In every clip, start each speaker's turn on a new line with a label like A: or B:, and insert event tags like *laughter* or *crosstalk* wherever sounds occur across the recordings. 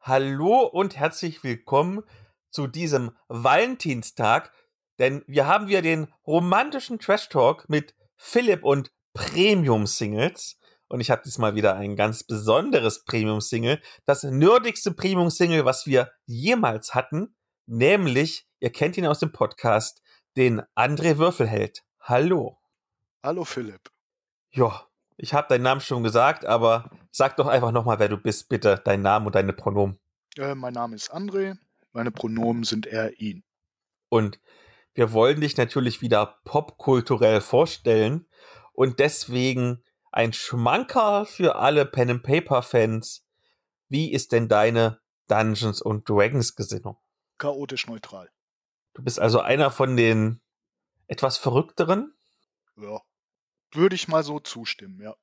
A: Hallo und herzlich willkommen zu diesem Valentinstag, denn wir haben wieder den romantischen Trash Talk mit Philipp und Premium Singles. Und ich habe diesmal wieder ein ganz besonderes Premium Single, das nerdigste Premium Single, was wir jemals hatten, nämlich, ihr kennt ihn aus dem Podcast, den André Würfelheld. Hallo.
B: Hallo Philipp.
A: Ja, ich habe deinen Namen schon gesagt, aber sag doch einfach nochmal, wer du bist, bitte, deinen Namen und deine Pronomen.
B: Äh, mein Name ist André, meine Pronomen sind er, ihn.
A: Und wir wollen dich natürlich wieder popkulturell vorstellen und deswegen ein Schmankerl für alle Pen and Paper Fans. Wie ist denn deine Dungeons und Dragons Gesinnung?
B: Chaotisch neutral.
A: Du bist also einer von den etwas verrückteren?
B: Ja, würde ich mal so zustimmen, ja.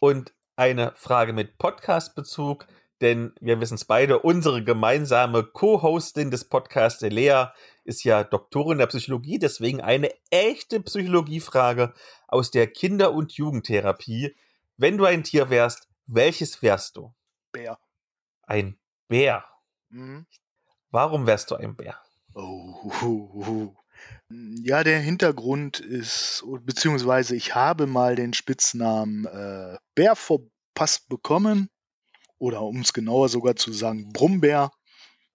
A: Und eine Frage mit Podcast-Bezug, denn wir wissen es beide, unsere gemeinsame Co-Hostin des Podcasts, Lea, ist ja Doktorin der Psychologie, deswegen eine echte Psychologiefrage aus der Kinder- und Jugendtherapie. Wenn du ein Tier wärst, welches wärst du?
B: Bär.
A: Ein Bär.
B: Mhm.
A: Warum wärst du ein Bär?
B: Oh, hu, hu, hu. Ja, der Hintergrund ist, beziehungsweise ich habe mal den Spitznamen äh, Bär verpasst bekommen. Oder um es genauer sogar zu sagen, Brummbär.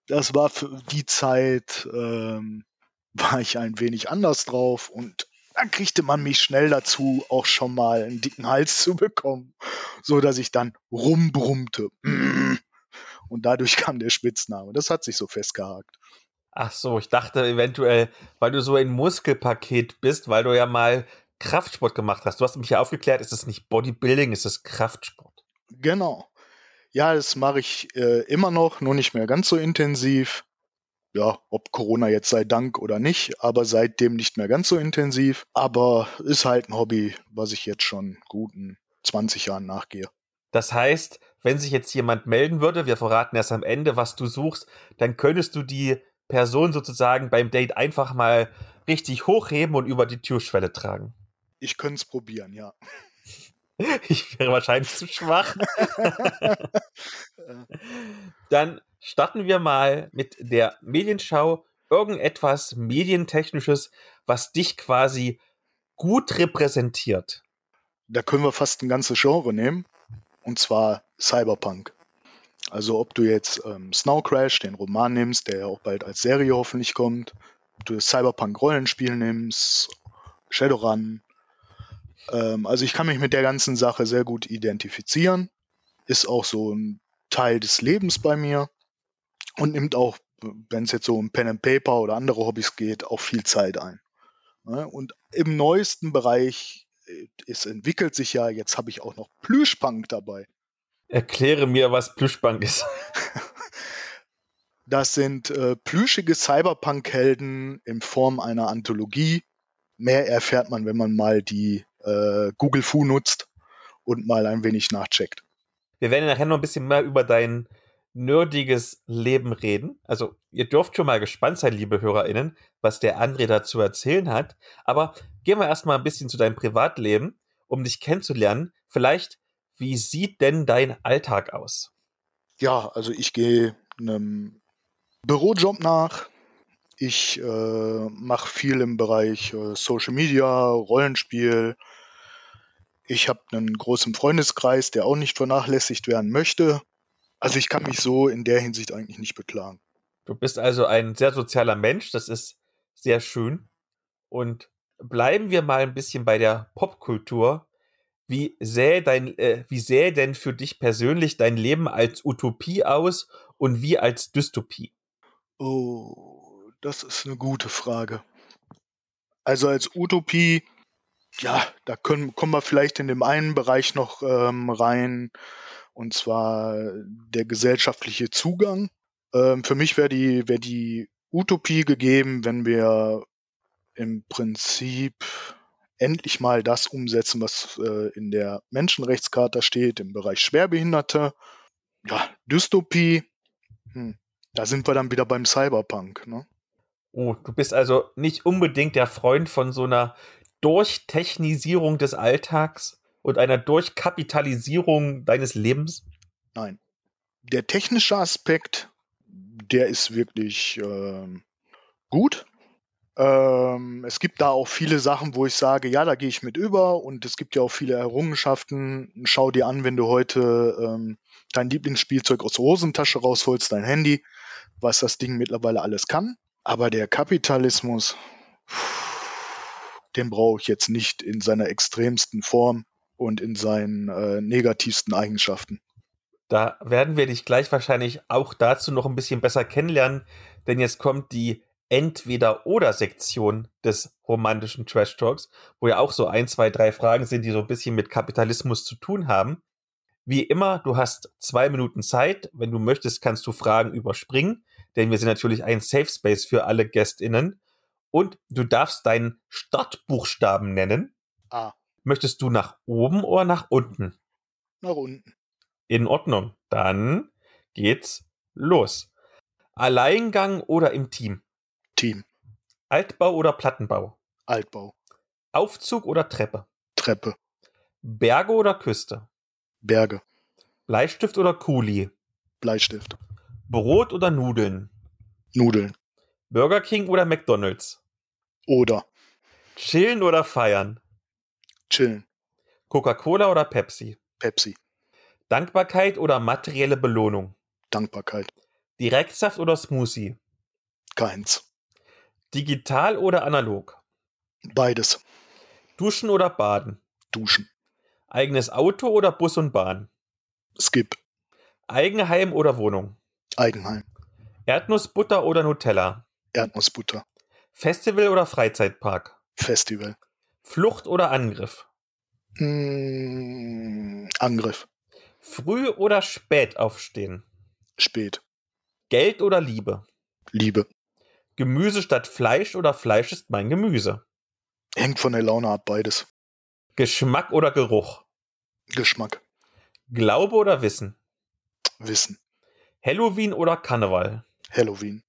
B: Das war für die Zeit, ähm, war ich ein wenig anders drauf und dann kriegte man mich schnell dazu, auch schon mal einen dicken Hals zu bekommen, so dass ich dann rumbrummte. Und dadurch kam der Spitzname. Das hat sich so festgehakt.
A: Ach so, ich dachte eventuell, weil du so ein Muskelpaket bist, weil du ja mal Kraftsport gemacht hast. Du hast mich ja aufgeklärt, ist es nicht Bodybuilding, ist es Kraftsport.
B: Genau. Ja, das mache ich äh, immer noch, nur nicht mehr ganz so intensiv. Ja, ob Corona jetzt sei Dank oder nicht, aber seitdem nicht mehr ganz so intensiv. Aber ist halt ein Hobby, was ich jetzt schon guten 20 Jahren nachgehe.
A: Das heißt, wenn sich jetzt jemand melden würde, wir verraten erst am Ende, was du suchst, dann könntest du die Person sozusagen beim Date einfach mal richtig hochheben und über die Türschwelle tragen. *laughs*
B: Ich könnte es probieren, ja.
A: Ich wäre wahrscheinlich zu schwach.
B: Äh,
A: Dann starten wir mal mit der Medienschau. Irgendetwas medientechnisches, was dich quasi gut repräsentiert.
B: da können wir fast ein ganzes Genre nehmen. Und zwar Cyberpunk. Also ob du jetzt ähm, Snow Crash, den Roman nimmst, der ja auch bald als Serie hoffentlich kommt, ob du das Cyberpunk-Rollenspiel nimmst, Shadowrun. Ähm, also ich kann mich mit der ganzen Sache sehr gut identifizieren. Ist auch so ein Teil des Lebens bei mir. Und nimmt auch, wenn es jetzt so um Pen and Paper oder andere Hobbys geht, auch viel Zeit ein. Ne? Und im neuesten Bereich äh, es entwickelt sich ja, jetzt habe ich auch noch Plüschpunk dabei.
A: Erkläre mir, was Plüschbank ist.
B: Das sind äh, plüschige Cyberpunk-Helden in Form einer Anthologie. Mehr erfährt man, wenn man mal die äh, Google Foo nutzt und mal ein wenig nachcheckt.
A: Wir werden nachher noch ein bisschen mehr über dein nerdiges Leben reden. Also, ihr dürft schon mal gespannt sein, liebe HörerInnen, was der André dazu erzählen hat. Aber gehen wir erstmal ein bisschen zu deinem Privatleben, um dich kennenzulernen. Vielleicht, wie sieht denn dein Alltag aus?
B: Ja, also ich gehe einem Bürojob nach. Ich äh, mache viel im Bereich äh, Social Media, Rollenspiel. Ich habe einen großen Freundeskreis, der auch nicht vernachlässigt werden möchte. Also ich kann mich so in der Hinsicht eigentlich nicht beklagen.
A: Du bist also ein sehr sozialer Mensch, das ist sehr schön. Und bleiben wir mal ein bisschen bei der Popkultur. Wie sähe dein, äh, wie sähe denn für dich persönlich dein Leben als Utopie aus und wie als Dystopie?
B: Oh, das ist eine gute Frage. Also als Utopie, ja, da können, kommen wir vielleicht in dem einen Bereich noch ähm, rein, und zwar der gesellschaftliche Zugang. Ähm, für mich wäre die, wär die Utopie gegeben, wenn wir im Prinzip endlich mal das umsetzen, was äh, in der Menschenrechtscharta steht, im Bereich Schwerbehinderte. Ja, Dystopie, hm, da sind wir dann wieder beim Cyberpunk. Ne?
A: Oh, du bist also nicht unbedingt der Freund von so einer Durchtechnisierung des Alltags und einer Durchkapitalisierung deines Lebens?
B: Nein. der technische Aspekt, der ist wirklich ähm, gut. Ähm, es gibt da auch viele Sachen, wo ich sage, ja, da gehe ich mit über und es gibt ja auch viele Errungenschaften. Schau dir an, wenn du heute ähm, dein Lieblingsspielzeug aus der Hosentasche rausholst, dein Handy, was das Ding mittlerweile alles kann. Aber der Kapitalismus, den brauche ich jetzt nicht in seiner extremsten Form und in seinen äh, negativsten Eigenschaften.
A: Da werden wir dich gleich wahrscheinlich auch dazu noch ein bisschen besser kennenlernen, denn jetzt kommt die Entweder-Oder-Sektion des romantischen Trash Talks, wo ja auch so ein, zwei, drei Fragen sind, die so ein bisschen mit Kapitalismus zu tun haben. Wie immer, du hast zwei Minuten Zeit. Wenn du möchtest, kannst du Fragen überspringen, denn wir sind natürlich ein Safe Space für alle GästInnen. Und du darfst deinen Startbuchstaben nennen.
B: Ah,
A: Möchtest du nach oben oder nach unten?
B: nach unten.
A: In Ordnung. Dann geht's los. Alleingang oder im Team?
B: Team,
A: Altbau oder Plattenbau?
B: Altbau,
A: Aufzug oder Treppe?
B: Treppe,
A: Berge oder Küste?
B: Berge,
A: Bleistift oder Kuli?
B: Bleistift,
A: Brot oder Nudeln?
B: Nudeln
A: Burger King oder McDonalds?
B: oder
A: Chillen oder feiern?
B: chillen,
A: Coca-Cola oder Pepsi?
B: Pepsi,
A: Dankbarkeit oder materielle Belohnung?
B: Dankbarkeit,
A: Direktsaft oder Smoothie?
B: keins.
A: Digital oder analog?
B: Beides,
A: Duschen oder Baden?
B: duschen,
A: Eigenes Auto oder Bus und Bahn?
B: skip,
A: Eigenheim oder Wohnung?
B: Eigenheim,
A: Erdnussbutter oder Nutella?
B: Erdnussbutter,
A: Festival oder Freizeitpark?
B: Festival,
A: Flucht oder Angriff?
B: Mm, Angriff,
A: Früh oder spät aufstehen?
B: spät,
A: Geld oder Liebe?
B: Liebe,
A: Gemüse statt Fleisch oder Fleisch ist mein Gemüse?
B: hängt von der Laune ab, beides.
A: Geschmack oder Geruch?
B: Geschmack,
A: Glaube oder Wissen?
B: Wissen,
A: Halloween oder Karneval?
B: Halloween,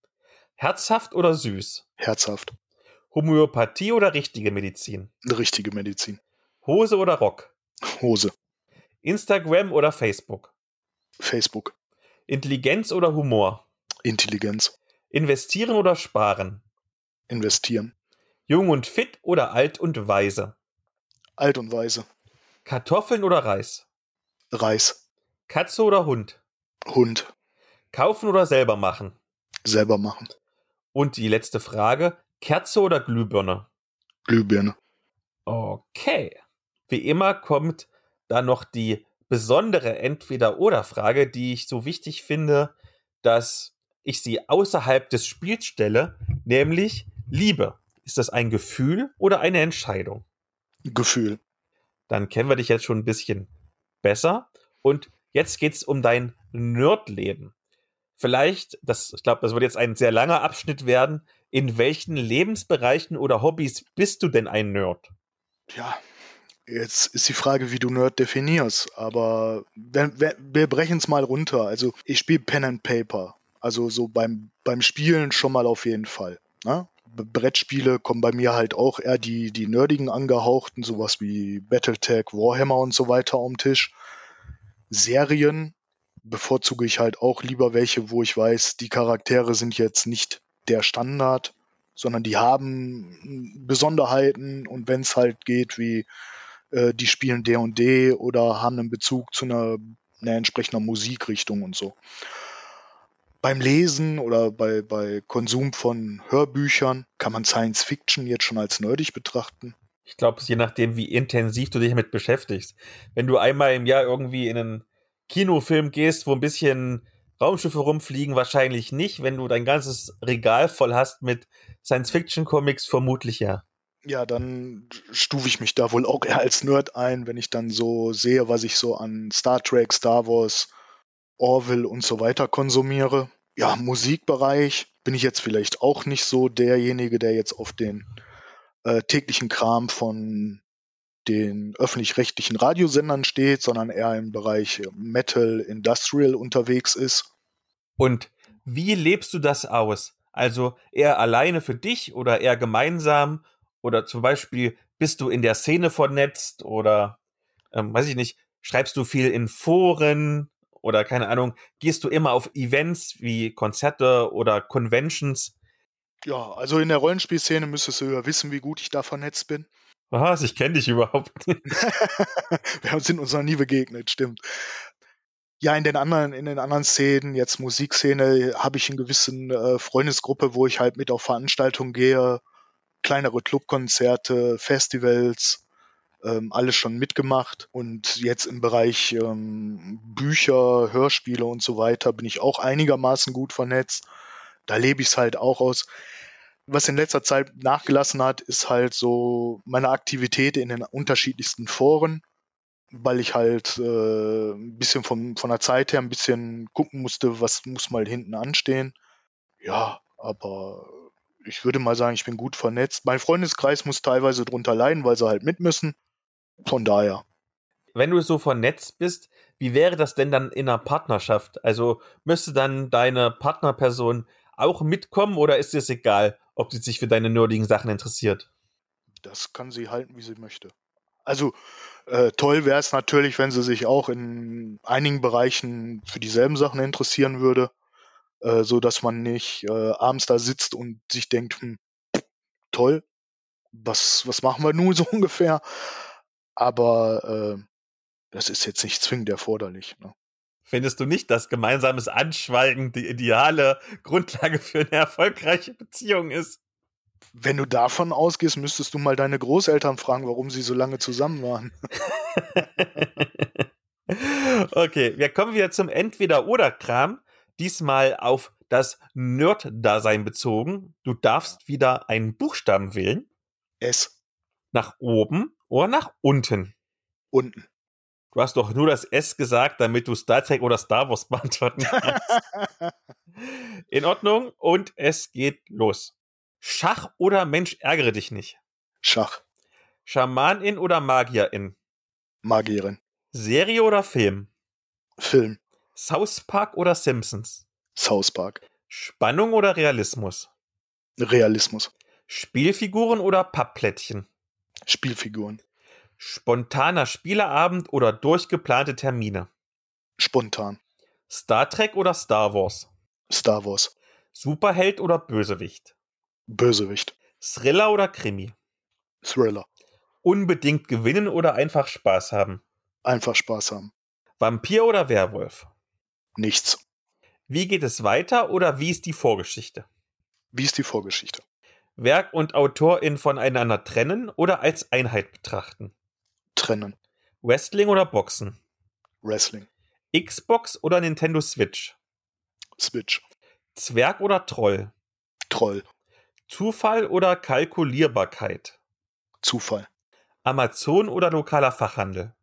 A: Herzhaft oder süß?
B: herzhaft,
A: Homöopathie oder richtige Medizin?
B: eine richtige Medizin,
A: Hose oder Rock?
B: Hose,
A: Instagram oder Facebook?
B: Facebook,
A: Intelligenz oder Humor?
B: Intelligenz,
A: Investieren oder sparen?
B: investieren,
A: Jung und fit oder alt und weise?
B: alt und weise,
A: Kartoffeln oder Reis?
B: Reis,
A: Katze oder Hund?
B: Hund,
A: Kaufen oder selber machen?
B: selber machen,
A: Und die letzte Frage, Kerze oder Glühbirne?
B: Glühbirne,
A: Okay. Wie immer kommt dann noch die besondere Entweder-Oder-Frage, die ich so wichtig finde, dass ich sie außerhalb des Spiels stelle, nämlich Liebe. Ist das ein Gefühl oder eine Entscheidung?
B: Gefühl,
A: Dann kennen wir dich jetzt schon ein bisschen besser. Und jetzt geht's um dein Nerdleben. Vielleicht, das, ich glaube, das wird jetzt ein sehr langer Abschnitt werden. In welchen Lebensbereichen oder Hobbys bist du denn ein Nerd?
B: Ja, jetzt ist die Frage, wie du Nerd definierst, aber wir, wir, wir brechen es mal runter. Also ich spiele Pen and Paper, also so beim, beim Spielen schon mal auf jeden Fall. Ne? B- Brettspiele kommen bei mir halt auch eher die, die nerdigen angehauchten, sowas wie Battletech, Warhammer und so weiter am Tisch. Serien bevorzuge ich halt auch lieber welche, wo ich weiß, die Charaktere sind jetzt nicht der Standard, sondern die haben Besonderheiten und wenn es halt geht, wie äh, die spielen D und D oder haben einen Bezug zu einer, einer entsprechenden Musikrichtung und so. Beim Lesen oder bei, bei Konsum von Hörbüchern kann man Science Fiction jetzt schon als nerdig betrachten.
A: Ich glaube, je nachdem, wie intensiv du dich damit beschäftigst. Wenn du einmal im Jahr irgendwie in einen Kinofilm gehst, wo ein bisschen Raumschiffe rumfliegen, wahrscheinlich nicht. Wenn du dein ganzes Regal voll hast mit Science-Fiction-Comics, vermutlich ja.
B: Ja, dann stufe ich mich da wohl auch eher als Nerd ein, wenn ich dann so sehe, was ich so an Star Trek, Star Wars, Orville und so weiter konsumiere. Ja, im Musikbereich bin ich jetzt vielleicht auch nicht so derjenige, der jetzt auf den äh, täglichen Kram von den öffentlich-rechtlichen Radiosendern steht, sondern eher im Bereich Metal, Industrial unterwegs ist.
A: Und wie lebst du das aus? Also eher alleine für dich oder eher gemeinsam? Oder zum Beispiel bist du in der Szene vernetzt oder ähm, weiß ich nicht, schreibst du viel in Foren oder keine Ahnung, gehst du immer auf Events wie Konzerte oder Conventions?
B: Ja, also in der Rollenspielszene müsstest du ja wissen, wie gut ich da vernetzt bin.
A: Was? Ich kenne dich überhaupt nicht.
B: *laughs* Wir sind uns noch nie begegnet, stimmt. Ja, in den anderen, in den anderen Szenen, jetzt Musikszene, habe ich einen gewissen äh, Freundesgruppe, wo ich halt mit auf Veranstaltungen gehe, kleinere Clubkonzerte, Festivals, ähm, alles schon mitgemacht. Und jetzt im Bereich ähm, Bücher, Hörspiele und so weiter bin ich auch einigermaßen gut vernetzt. Da lebe ich es halt auch aus. Was in letzter Zeit nachgelassen hat, ist halt so meine Aktivität in den unterschiedlichsten Foren, weil ich halt äh, ein bisschen von, von der Zeit her ein bisschen gucken musste, was muss mal hinten anstehen. Ja, aber ich würde mal sagen, ich bin gut vernetzt. Mein Freundeskreis muss teilweise drunter leiden, weil sie halt mit müssen. Von daher.
A: Wenn du so vernetzt bist, wie wäre das denn dann in einer Partnerschaft? Also müsste dann deine Partnerperson auch mitkommen oder ist es egal, ob sie sich für deine nerdigen Sachen interessiert?
B: Das kann sie halten, wie sie möchte. Also äh, toll wäre es natürlich, wenn sie sich auch in einigen Bereichen für dieselben Sachen interessieren würde äh, so dass man nicht äh, abends da sitzt und sich denkt, hm, toll, was, was machen wir nun *laughs* so ungefähr? Aber äh, das ist jetzt nicht zwingend erforderlich. Ne?
A: Findest du nicht, dass gemeinsames Anschweigen die ideale Grundlage für eine erfolgreiche Beziehung ist? *laughs*
B: Wenn du davon ausgehst, müsstest du mal deine Großeltern fragen, warum sie so lange zusammen waren. *laughs*
A: okay, wir kommen wieder zum Entweder-Oder-Kram diesmal auf das Nerd-Dasein bezogen. Du darfst wieder einen Buchstaben wählen.
B: S.
A: Nach oben oder nach unten?
B: Unten.
A: Du hast doch nur das S gesagt, damit du Star Trek oder Star Wars *laughs* beantworten kannst. In Ordnung und es geht los. Schach oder Mensch, ärgere dich nicht.
B: Schach.
A: Schamanin oder Magierin?
B: Magierin.
A: Serie oder Film?
B: Film.
A: South Park oder Simpsons?
B: South Park.
A: Spannung oder Realismus?
B: Realismus.
A: Spielfiguren oder Pappplättchen?
B: Spielfiguren.
A: Spontaner Spieleabend oder durchgeplante Termine?
B: Spontan.
A: Star Trek oder Star Wars?
B: Star Wars.
A: Superheld oder Bösewicht?
B: Bösewicht.
A: Thriller oder Krimi?
B: Thriller.
A: Unbedingt gewinnen oder einfach Spaß haben?
B: Einfach Spaß haben.
A: Vampir oder Werwolf?
B: Nichts.
A: Wie geht es weiter oder wie ist die Vorgeschichte?
B: Wie ist die Vorgeschichte?
A: Werk und Autorin voneinander trennen oder als Einheit betrachten?
B: Trennen.
A: Wrestling oder Boxen?
B: Wrestling.
A: Xbox oder Nintendo Switch?
B: Switch.
A: Zwerg oder Troll?
B: Troll.
A: Zufall oder Kalkulierbarkeit?
B: Zufall.
A: Amazon oder lokaler Fachhandel?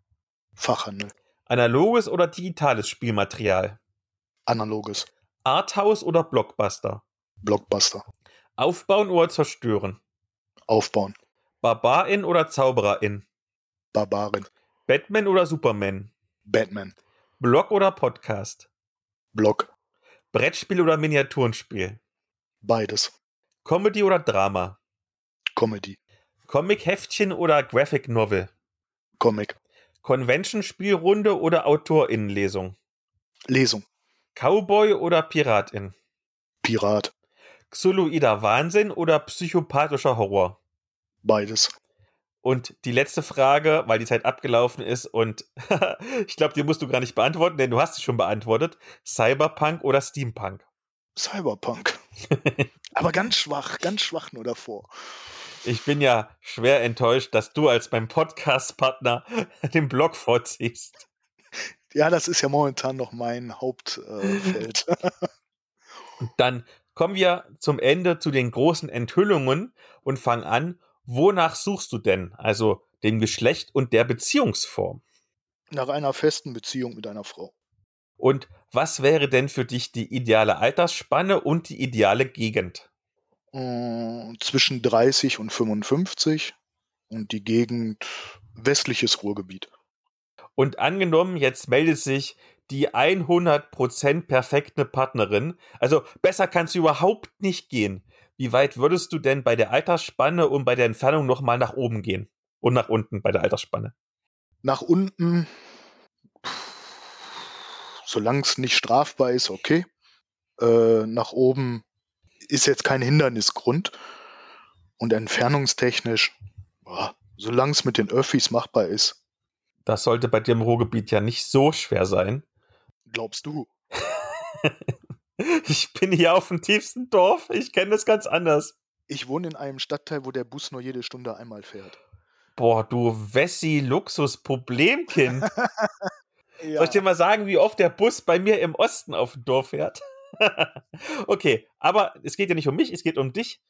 B: Fachhandel.
A: Analoges oder digitales Spielmaterial?
B: Analoges.
A: Arthouse oder Blockbuster?
B: Blockbuster.
A: Aufbauen oder zerstören?
B: Aufbauen.
A: Barbarin oder Zaubererin?
B: Barbarin.
A: Batman oder Superman?
B: Batman.
A: Blog oder Podcast?
B: Block.
A: Brettspiel oder Miniaturenspiel?
B: Beides.
A: Comedy oder Drama?
B: Comedy.
A: Comic-Heftchen oder Graphic Novel?
B: Comic.
A: Convention-Spielrunde oder Autorinnenlesung?
B: Lesung.
A: Cowboy oder Piratin?
B: Pirat.
A: Xyloider Wahnsinn oder psychopathischer Horror?
B: Beides.
A: Und die letzte Frage, weil die Zeit abgelaufen ist und *laughs* ich glaube, die musst du gar nicht beantworten, denn du hast sie schon beantwortet. Cyberpunk oder Steampunk?
B: Cyberpunk. Aber ganz schwach, ganz schwach nur davor.
A: Ich bin ja schwer enttäuscht, dass du als mein Podcast-Partner *laughs* den Blog vorziehst.
B: Ja, das ist ja momentan noch mein Hauptfeld. Äh,
A: Dann kommen wir zum Ende zu den großen Enthüllungen und fangen an. Wonach suchst du denn? Also dem Geschlecht und der Beziehungsform.
B: Nach einer festen Beziehung mit einer Frau.
A: Und was wäre denn für dich die ideale Altersspanne und die ideale Gegend?
B: Mm, zwischen 30 und 55 und die Gegend westliches Ruhrgebiet.
A: Und angenommen, jetzt meldet sich die 100% perfekte Partnerin. Also besser kannst du überhaupt nicht gehen. Wie weit würdest du denn bei der Altersspanne und bei der Entfernung nochmal nach oben gehen? Und nach unten bei der Altersspanne?
B: Nach unten solange es nicht strafbar ist, okay. Äh, nach oben ist jetzt kein Hindernisgrund. Und entfernungstechnisch, boah, solange es mit den Öffis machbar ist,
A: Das sollte bei dir im Ruhrgebiet ja nicht so schwer sein. *laughs*
B: glaubst du?
A: Ich bin hier auf dem tiefsten Dorf. Ich kenne das ganz anders.
B: Ich wohne in einem Stadtteil, wo der Bus nur jede Stunde einmal fährt.
A: Boah, du Wessi-Luxus-Problemkind. Soll ich dir mal sagen, wie oft der Bus bei mir im Osten auf dem Dorf fährt? *laughs* okay, aber es geht ja nicht um mich, es geht um dich.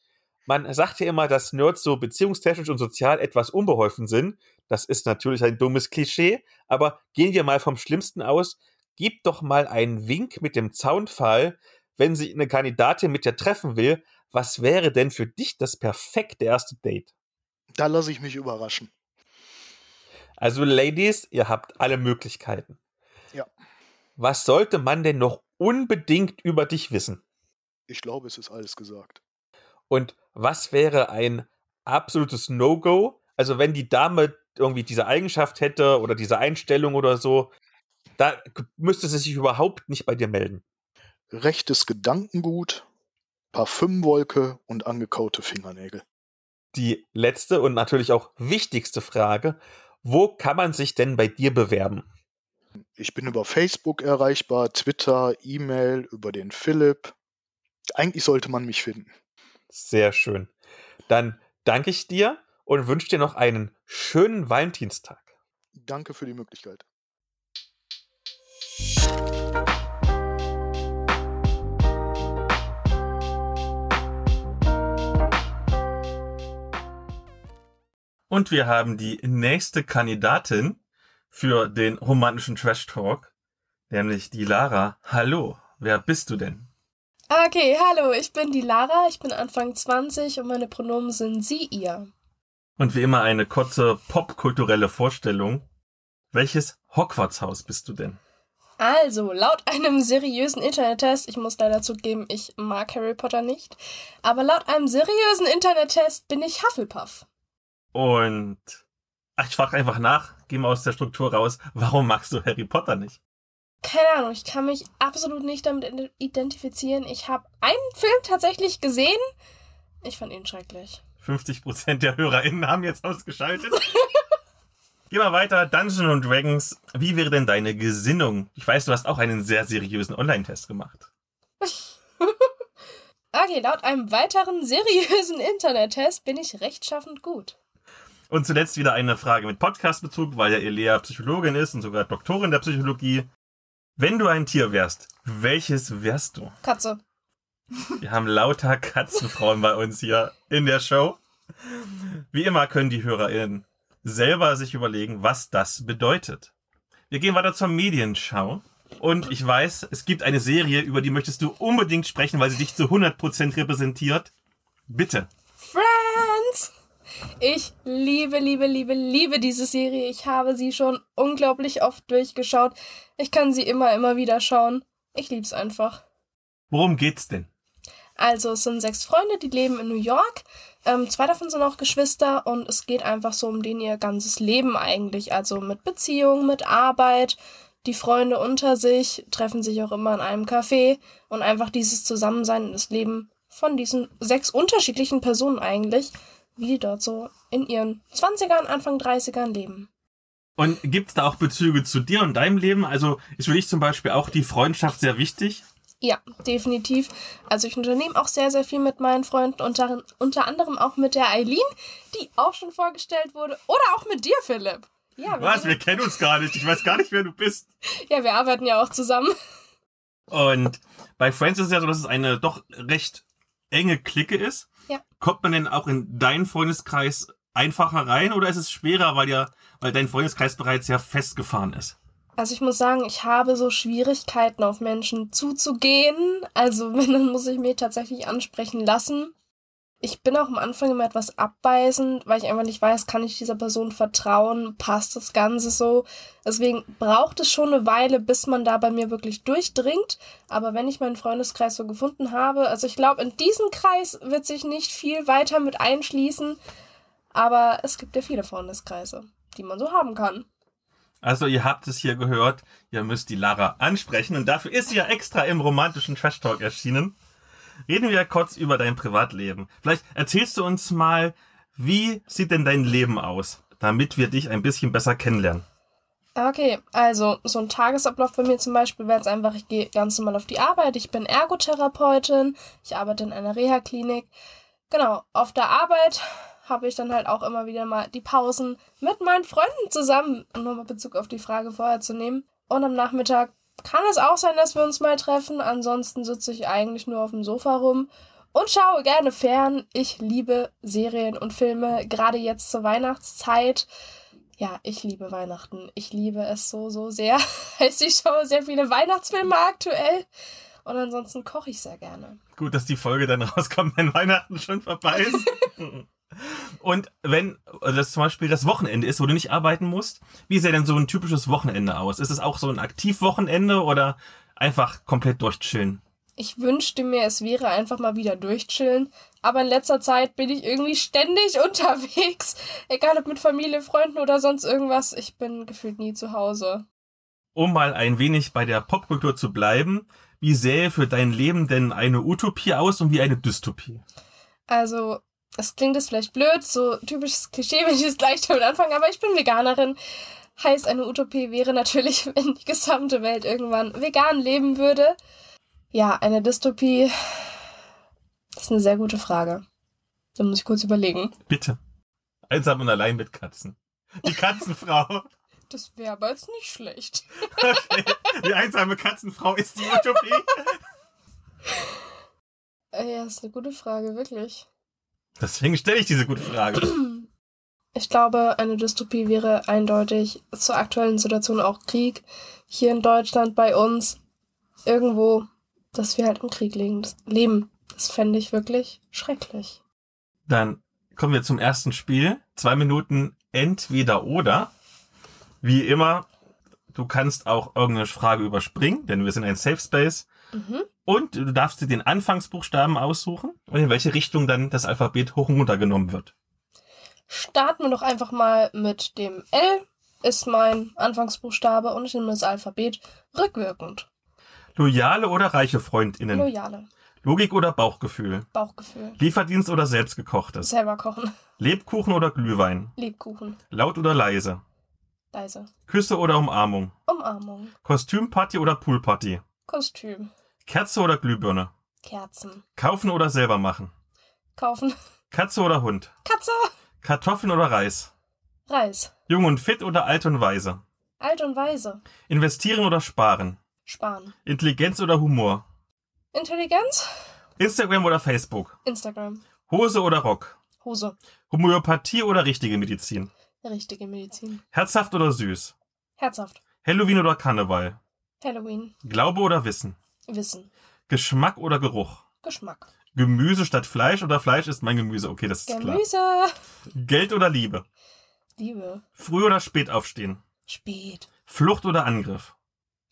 A: Man sagt ja immer, dass Nerds so beziehungstechnisch und sozial etwas unbeholfen sind. Das ist natürlich ein dummes Klischee, aber gehen wir mal vom Schlimmsten aus. Gib doch mal einen Wink mit dem Zaunpfahl, wenn sich eine Kandidatin mit dir treffen will. Was wäre denn für dich das perfekte erste Date?
B: Da lasse ich mich überraschen.
A: Also, Ladies, ihr habt alle Möglichkeiten.
B: Ja.
A: Was sollte man denn noch unbedingt über dich wissen?
B: Ich glaube, es ist alles gesagt.
A: Und was wäre ein absolutes No-Go? Also, wenn die Dame irgendwie diese Eigenschaft hätte oder diese Einstellung oder so, da k- müsste sie sich überhaupt nicht bei dir melden.
B: Rechtes Gedankengut, Parfümwolke und angekaute Fingernägel.
A: Die letzte und natürlich auch wichtigste Frage: Wo kann man sich denn bei dir bewerben?
B: Ich bin über Facebook erreichbar, Twitter, E-Mail, über den Philipp. Eigentlich sollte man mich finden.
A: Sehr schön. Dann danke ich dir und wünsche dir noch einen schönen Valentinstag.
B: Danke für die Möglichkeit.
A: Und wir haben die nächste Kandidatin für den romantischen Trash Talk, nämlich die Lara. Hallo, wer bist du denn?
C: Ah, Okay, hallo, ich bin die Lara, ich bin Anfang 20 und meine Pronomen sind sie, ihr.
A: Und wie immer eine kurze popkulturelle Vorstellung. Welches Hogwarts-Haus bist du denn?
C: Also, laut *laughs* einem seriösen Internettest, ich muss leider zugeben, ich mag Harry Potter nicht, aber laut einem seriösen Internettest bin ich Hufflepuff.
A: Und. Ach, ich frage einfach nach, geh mal aus der Struktur raus. Warum magst du Harry Potter nicht?
C: Keine Ahnung, ich kann mich absolut nicht damit ident- identifizieren. Ich habe einen Film tatsächlich gesehen. Ich fand ihn schrecklich.
A: 50% der HörerInnen haben jetzt ausgeschaltet. Geh mal weiter, Dungeons and Dragons. Wie wäre denn deine Gesinnung? Ich weiß, du hast auch einen sehr seriösen Online-Test gemacht.
C: Okay, laut einem weiteren seriösen Internettest bin ich rechtschaffend gut.
A: Und zuletzt wieder eine Frage mit Podcast-Bezug, weil ja Elea Psychologin ist und sogar Doktorin der Psychologie. Wenn du ein Tier wärst, welches wärst du?
C: Katze.
A: Wir haben lauter Katzenfrauen bei uns hier in der Show. Wie immer können die HörerInnen selber sich überlegen, was das bedeutet. Wir gehen weiter zur Medienschau. Und ich weiß, es gibt eine Serie, über die möchtest du unbedingt sprechen, weil sie dich zu 100% repräsentiert. Bitte.
C: Friends! Ich liebe, liebe, liebe, liebe diese Serie. Ich habe sie schon unglaublich oft durchgeschaut. Ich kann sie immer, immer wieder schauen. Ich lieb's einfach.
A: Worum geht's denn?
C: Also, es sind sechs Freunde, die leben in New York. Ähm, zwei davon sind auch Geschwister und es geht einfach so um den ihr ganzes Leben eigentlich. Also mit Beziehung, mit Arbeit. Die Freunde unter sich treffen sich auch immer in einem Café und einfach dieses Zusammensein und das Leben von diesen sechs unterschiedlichen Personen eigentlich, wie die dort so in ihren 20ern, Anfang 30ern leben.
A: Und gibt's da auch Bezüge zu dir und deinem Leben? Also ist für dich zum Beispiel auch die Freundschaft sehr wichtig?
C: Ja, definitiv. Also ich unternehme auch sehr, sehr viel mit meinen Freunden, unter, unter anderem auch mit der Eileen, die auch schon vorgestellt wurde, oder auch mit dir, Philipp. Ja wir,
A: Was? Wir
C: sind-
A: kennen uns gar nicht. Ich weiß gar nicht, wer du bist.
C: ja, wir arbeiten ja auch zusammen.
A: Und bei Friends ist es ja so, dass es eine doch recht enge Clique ist.
C: Ja.
A: Kommt man denn auch in deinen Freundeskreis einfacher rein oder ist es schwerer, weil ja, weil dein Freundeskreis bereits ja festgefahren ist?
C: Also ich muss sagen, ich habe so Schwierigkeiten, auf Menschen zuzugehen. Also *laughs* wenn, dann muss ich mir tatsächlich ansprechen lassen. Ich bin auch am Anfang immer etwas abweisend, weil ich einfach nicht weiß, kann ich dieser Person vertrauen, passt das Ganze so. Deswegen braucht es schon eine Weile, bis man da bei mir wirklich durchdringt. Aber wenn ich meinen Freundeskreis so gefunden habe, also ich glaube, in diesen Kreis wird sich nicht viel weiter mit einschließen. Aber es gibt ja viele Freundeskreise, die man so haben kann.
A: Also ihr habt es hier gehört, ihr müsst die Lara ansprechen und dafür ist sie ja extra im romantischen Trash Talk erschienen. Reden wir kurz über dein Privatleben. Vielleicht erzählst du uns mal, wie sieht denn dein Leben aus, damit wir dich ein bisschen besser kennenlernen.
C: Okay, also so ein Tagesablauf bei mir zum Beispiel wäre jetzt einfach, ich gehe ganz normal auf die Arbeit, ich bin Ergotherapeutin, ich arbeite in einer Reha-Klinik. Genau, auf der Arbeit habe ich dann halt auch immer wieder mal die Pausen mit meinen Freunden zusammen, um nochmal Bezug auf die Frage vorher zu nehmen. Und am Nachmittag kann es auch sein, dass wir uns mal treffen. Ansonsten sitze ich eigentlich nur auf dem Sofa rum und schaue gerne fern. Ich liebe Serien und Filme, gerade jetzt zur Weihnachtszeit. Ja, ich liebe Weihnachten. Ich liebe es so, so sehr. *laughs* Heißt, ich schaue sehr viele Weihnachtsfilme aktuell. Und ansonsten koche ich sehr gerne.
A: Gut, dass die Folge dann *laughs* rauskommt, wenn Weihnachten schon vorbei ist. Und wenn also das zum Beispiel das Wochenende ist, wo du nicht arbeiten musst, wie sieht denn so ein typisches Wochenende aus? Ist es auch so ein Aktivwochenende oder einfach komplett durchchillen?
C: Ich wünschte mir, es wäre einfach mal wieder durchchillen. Aber in letzter Zeit bin ich irgendwie ständig *laughs* unterwegs. Egal ob mit Familie, Freunden oder sonst irgendwas. Ich bin gefühlt nie zu Hause.
A: Um mal ein wenig bei der Popkultur zu bleiben, wie sähe für dein Leben denn eine Utopie aus und wie eine Dystopie?
C: Also, es klingt jetzt vielleicht blöd, so typisches Klischee, *laughs* wenn ich jetzt gleich damit anfange, aber ich bin Veganerin. Heißt, eine Utopie wäre natürlich, *laughs* wenn die gesamte Welt irgendwann vegan leben würde. Ja, eine Dystopie das ist eine sehr gute Frage. Da muss ich kurz überlegen.
A: Bitte. Einsam und allein mit Katzen. Die Katzenfrau.
C: Das wäre aber jetzt nicht schlecht.
A: Okay. Die einsame Katzenfrau ist die Utopie.
C: Äh, Ja, ist eine gute Frage, wirklich.
A: Deswegen stelle ich diese gute Frage.
C: Ich glaube, eine Dystopie wäre eindeutig zur aktuellen Situation auch Krieg hier in Deutschland bei uns irgendwo, dass wir halt im Krieg leben. Das, leben. das fände ich wirklich schrecklich.
A: Dann kommen wir zum ersten Spiel. Zwei Minuten entweder oder. Wie immer, du kannst auch irgendeine Frage überspringen, denn wir sind ein Safe Space.
C: Mhm.
A: Und du darfst dir den Anfangsbuchstaben aussuchen und in welche Richtung dann das Alphabet hoch und runter genommen wird.
C: Starten wir doch einfach mal mit dem L. Ist mein Anfangsbuchstabe und ich nehme das Alphabet rückwirkend.
A: Loyale oder reiche FreundInnen?
C: Loyale.
A: Logik oder Bauchgefühl?
C: Bauchgefühl.
A: Lieferdienst oder selbstgekochtes?
C: Selber kochen. *laughs*
A: Lebkuchen oder Glühwein?
C: Lebkuchen.
A: Laut oder leise?
C: Leise.
A: Küsse oder Umarmung?
C: Umarmung.
A: Kostümparty oder Poolparty?
C: Kostüm.
A: Kerze oder Glühbirne?
C: Kerzen.
A: Kaufen oder selber machen?
C: Kaufen. *laughs*
A: Katze oder Hund?
C: Katze.
A: Kartoffeln oder Reis?
C: Reis.
A: Jung und fit oder alt und weise?
C: Alt und weise.
A: Investieren oder sparen?
C: Sparen.
A: Intelligenz oder Humor?
C: Intelligenz.
A: Instagram oder Facebook?
C: Instagram.
A: Hose oder Rock?
C: Hose.
A: Homöopathie oder richtige Medizin?
C: Richtige Medizin.
A: Herzhaft oder süß?
C: Herzhaft.
A: Halloween oder Karneval?
C: Halloween.
A: Glaube oder Wissen?
C: Wissen.
A: Geschmack oder Geruch?
C: Geschmack.
A: Gemüse statt Fleisch oder Fleisch ist mein Gemüse? Okay, das ist klar.
C: Gemüse.
A: Geld oder Liebe?
C: Liebe.
A: Früh oder spät aufstehen?
C: Spät.
A: Flucht oder Angriff?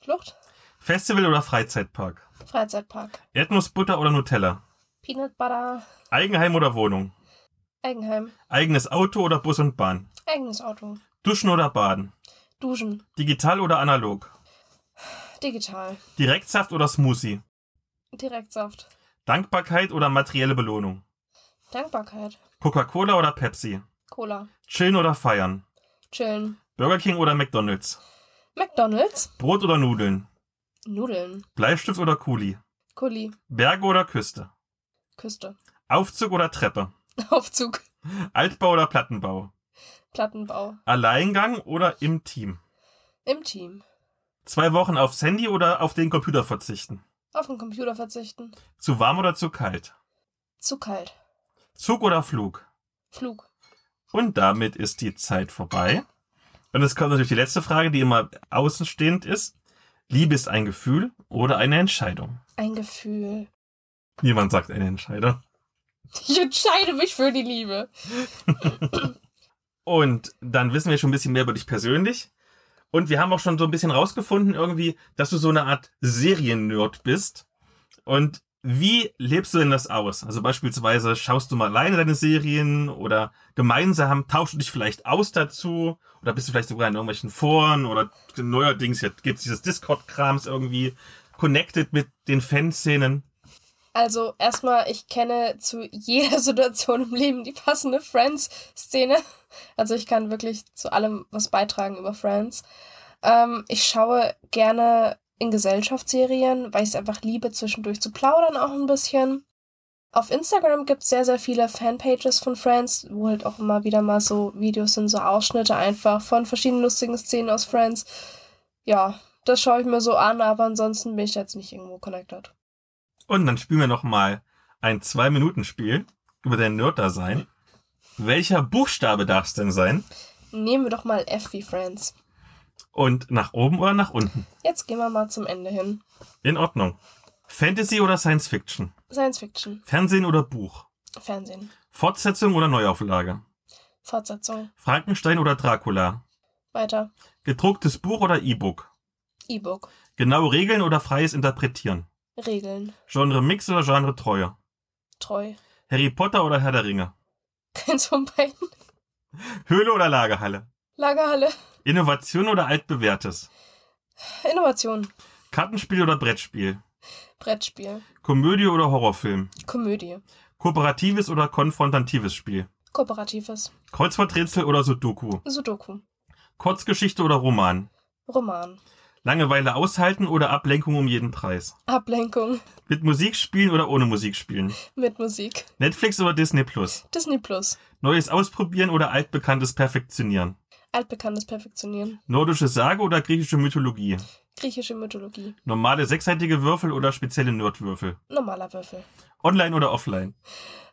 C: Flucht.
A: Festival oder Freizeitpark?
C: Freizeitpark.
A: Erdnussbutter oder Nutella?
C: Peanut Butter.
A: Eigenheim oder Wohnung?
C: Eigenheim.
A: Eigenes Auto oder Bus und Bahn?
C: Eigenes Auto.
A: Duschen oder Baden?
C: Duschen.
A: Digital oder analog?
C: Digital.
A: Direktsaft oder Smoothie?
C: Direktsaft.
A: Dankbarkeit oder materielle Belohnung?
C: Dankbarkeit.
A: Coca-Cola oder Pepsi?
C: Cola.
A: Chillen oder feiern?
C: Chillen.
A: Burger King oder McDonald's?
C: McDonalds.
A: Brot oder Nudeln?
C: Nudeln.
A: Bleistift oder Kuli?
C: Kuli.
A: Berge oder Küste?
C: Küste. *laughs*
A: Aufzug oder Treppe?
C: Aufzug.
A: Altbau oder Plattenbau?
C: Plattenbau.
A: Alleingang oder im Team?
C: Im Team.
A: Zwei Wochen aufs Handy oder auf den Computer verzichten?
C: Auf den Computer verzichten.
A: Zu warm oder zu kalt?
C: Zu kalt.
A: Zug oder Flug?
C: Flug.
A: Und damit ist die Zeit vorbei. Und es kommt natürlich die letzte Frage, die immer außenstehend ist. Liebe ist ein Gefühl oder eine Entscheidung?
C: Ein Gefühl.
A: Niemand sagt eine Entscheidung.
C: Ich entscheide mich für die Liebe.
A: Und dann wissen wir schon ein bisschen mehr über dich persönlich. Und wir haben auch schon so ein bisschen rausgefunden, irgendwie, dass du so eine Art Seriennerd bist. Und Wie lebst du denn das aus? Also beispielsweise schaust du mal alleine deine Serien oder gemeinsam tauschst du dich vielleicht aus dazu oder bist du vielleicht sogar in irgendwelchen Foren oder neuerdings gibt es dieses Discord-Krams irgendwie connected mit den Fanszenen?
C: Also erstmal, ich kenne zu jeder *laughs* Situation im Leben die passende Friends-Szene. Also ich kann wirklich zu allem was beitragen über Friends. Ähm, ich schaue gerne in Gesellschaftsserien, weil ich es einfach liebe, zwischendurch zu plaudern auch ein bisschen. Auf Instagram gibt es sehr, sehr viele Fanpages von Friends, wo halt auch immer wieder mal so Videos sind, so Ausschnitte einfach von verschiedenen lustigen Szenen aus Friends. Ja, das schaue ich mir so an, aber ansonsten bin ich da jetzt nicht irgendwo connected.
A: Und dann spielen wir nochmal ein Zwei-Minuten-Spiel über dein Nerd-Dasein. Welcher Buchstabe darf es denn sein?
C: Nehmen wir doch mal F wie Friends.
A: Und nach oben oder nach unten?
C: Jetzt gehen wir mal zum Ende hin.
A: In Ordnung. Fantasy oder Science Fiction?
C: Science Fiction,
A: Fernsehen oder Buch?
C: Fernsehen,
A: Fortsetzung oder Neuauflage?
C: Fortsetzung,
A: Frankenstein oder Dracula?
C: weiter,
A: Gedrucktes Buch oder E-Book?
C: E-Book,
A: Genaue Regeln oder freies Interpretieren?
C: Regeln,
A: Genre Mix oder Genre Treue?
C: treu, *laughs*
A: Harry Potter oder Herr der Ringe?
C: keins von beiden,
A: Höhle oder Lagerhalle?
C: Lagerhalle,
A: Innovation oder altbewährtes?
C: Innovation,
A: Kartenspiel oder Brettspiel?
C: Brettspiel,
A: Komödie oder Horrorfilm?
C: Komödie,
A: Kooperatives oder konfrontatives Spiel?
C: Kooperatives,
A: Kreuzworträtsel oder Sudoku?
C: Sudoku,
A: Kurzgeschichte oder Roman?
C: Roman,
A: Langeweile aushalten oder Ablenkung um jeden Preis?
C: Ablenkung *laughs*
A: Mit Musik spielen oder ohne Musik spielen?
C: mit Musik,
A: Netflix oder Disney Plus?
C: Disney Plus,
A: Neues ausprobieren oder altbekanntes perfektionieren?
C: altbekanntes Perfektionieren,
A: Nordische Sage oder griechische Mythologie?
C: griechische Mythologie,
A: Normale sechsseitige Würfel oder spezielle Nerdwürfel?
C: normaler Würfel,
A: Online oder offline?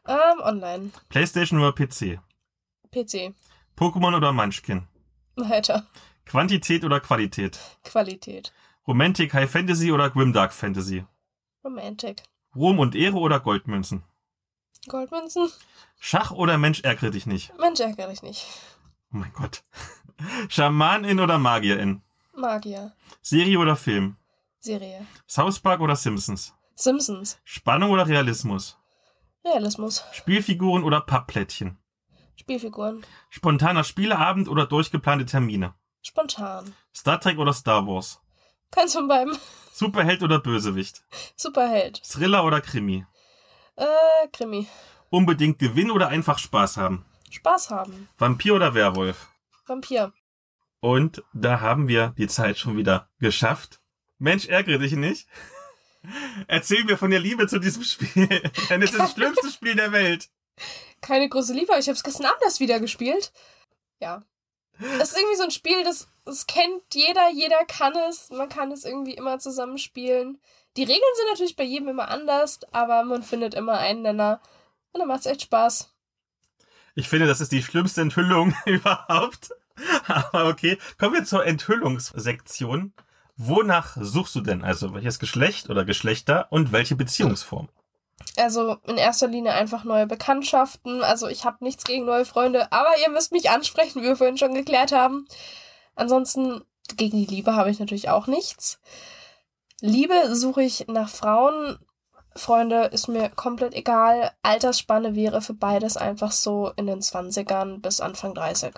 C: ähm, online,
A: Playstation oder PC?
C: PC,
A: Pokémon oder Munchkin?
C: *laughs* weiter,
A: Quantität oder Qualität?
C: Qualität,
A: Romantik, High Fantasy oder Grimdark Fantasy?
C: Romantic,
A: Ruhm und Ehre oder Goldmünzen?
C: Goldmünzen,
A: Schach oder Mensch ärgere dich nicht?
C: Mensch, ärgere dich nicht,
A: Oh mein Gott. *laughs* Schamanin oder Magierin?
C: Magier,
A: Serie oder Film?
C: Serie,
A: South Park oder Simpsons?
C: Simpsons,
A: Spannung oder Realismus?
C: Realismus,
A: Spielfiguren oder Pappplättchen?
C: Spielfiguren,
A: Spontaner Spieleabend oder durchgeplante Termine?
C: spontan,
A: Star Trek oder Star Wars?
C: keins von beiden, *laughs*
A: Superheld oder Bösewicht?
C: Superheld,
A: Thriller oder Krimi?
C: äh, Krimi,
A: Unbedingt gewinnen oder einfach Spaß haben?
C: Spaß haben,
A: Vampir oder Werwolf?
C: Vampir,
A: Und da haben wir die Zeit schon wieder geschafft. Mensch, ärgere dich nicht. Erzähl mir von der Liebe zu diesem Spiel. *laughs* Denn es ist das schlimmste Spiel der Welt.
C: keine große Liebe, aber ich habe es gestern Abend erst wieder gespielt. Ja. Es ist irgendwie so ein Spiel, das, das kennt jeder, jeder kann es, man kann es irgendwie immer zusammenspielen. Die Regeln sind natürlich bei jedem immer anders, aber man findet immer einen Nenner und dann macht es echt Spaß.
A: Ich finde, das ist die schlimmste Enthüllung *laughs* überhaupt. Aber okay, kommen wir zur Enthüllungssektion. Wonach suchst du denn? Also welches Geschlecht oder Geschlechter und welche Beziehungsform?
C: Also in erster Linie einfach neue Bekanntschaften. Also ich habe nichts gegen neue Freunde, aber ihr müsst mich ansprechen, wie wir vorhin schon geklärt haben. Ansonsten gegen die Liebe habe ich natürlich auch nichts. Liebe suche ich nach Frauen. Freunde ist mir komplett egal. Altersspanne wäre für beides einfach so in den 20ern bis Anfang 30.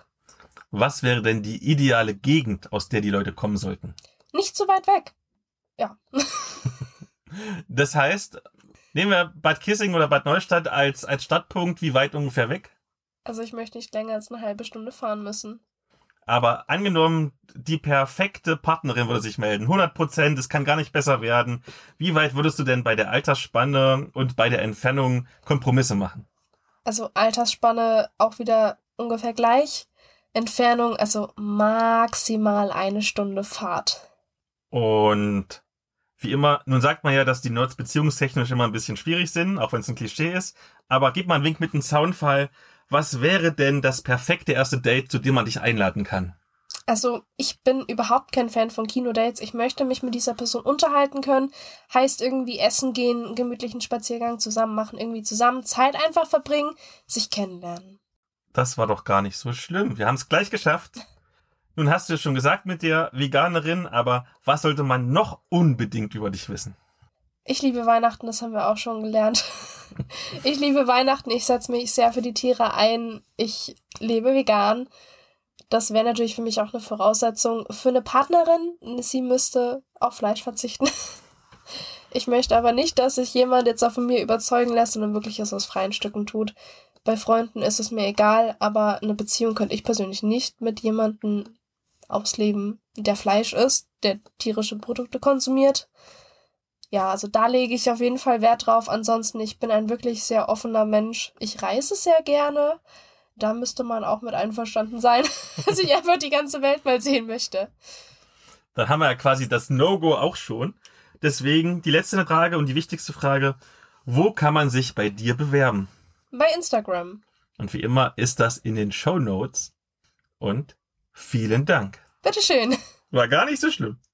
A: Was wäre denn die ideale Gegend, aus der die Leute kommen sollten?
C: Nicht so weit weg.
A: Das heißt, nehmen wir Bad Kissing oder Bad Neustadt als, als Stadtpunkt, wie weit ungefähr weg?
C: *laughs* Also ich möchte nicht länger als eine halbe Stunde fahren müssen.
A: Aber angenommen, die perfekte Partnerin würde sich melden. 100 Prozent, es kann gar nicht besser werden. Wie weit würdest du denn bei der Altersspanne und bei der Entfernung Kompromisse machen?
C: Also Altersspanne auch wieder ungefähr gleich. Entfernung, also maximal eine Stunde Fahrt.
A: Und wie immer, nun sagt man ja, dass die Nerds beziehungstechnisch immer ein bisschen schwierig sind, auch wenn es ein Klischee ist. Aber gib mal einen Wink mit einem Soundfall. Was wäre denn das perfekte erste Date, zu dem man dich einladen kann?
C: Also ich bin überhaupt kein Fan von Kinodates. Ich möchte mich mit dieser Person unterhalten können. Heißt irgendwie essen gehen, einen gemütlichen Spaziergang zusammen machen, irgendwie zusammen Zeit einfach verbringen, sich kennenlernen.
A: Das war doch gar nicht so schlimm. Wir haben es gleich geschafft. Nun hast du es schon gesagt mit der Veganerin, aber was sollte man noch unbedingt über dich wissen?
C: Ich liebe Weihnachten, das haben wir auch schon gelernt. Ich liebe Weihnachten, ich setze mich sehr für die Tiere ein. Ich lebe vegan. Das wäre natürlich für mich auch eine Voraussetzung für eine Partnerin. Sie müsste auf Fleisch verzichten. *laughs* Ich möchte aber nicht, dass sich jemand jetzt auch von mir überzeugen lässt, sondern wirklich es aus freien Stücken tut. Bei Freunden ist es mir egal, aber eine Beziehung könnte ich persönlich nicht mit jemandem ausleben, der Fleisch isst, der tierische Produkte konsumiert. Ja, also da lege ich auf jeden Fall Wert drauf. Ansonsten, ich bin ein wirklich sehr offener Mensch. Ich reise sehr gerne. Da müsste man auch mit einverstanden sein, *laughs* dass ich einfach die ganze Welt mal sehen möchte.
A: Dann haben wir ja quasi das No-Go auch schon. Deswegen die letzte Frage und die wichtigste Frage. Wo kann man sich bei dir bewerben?
C: Bei Instagram.
A: Und wie immer ist das in den Show Notes. Und vielen Dank.
C: Bitteschön.
A: War gar nicht so schlimm.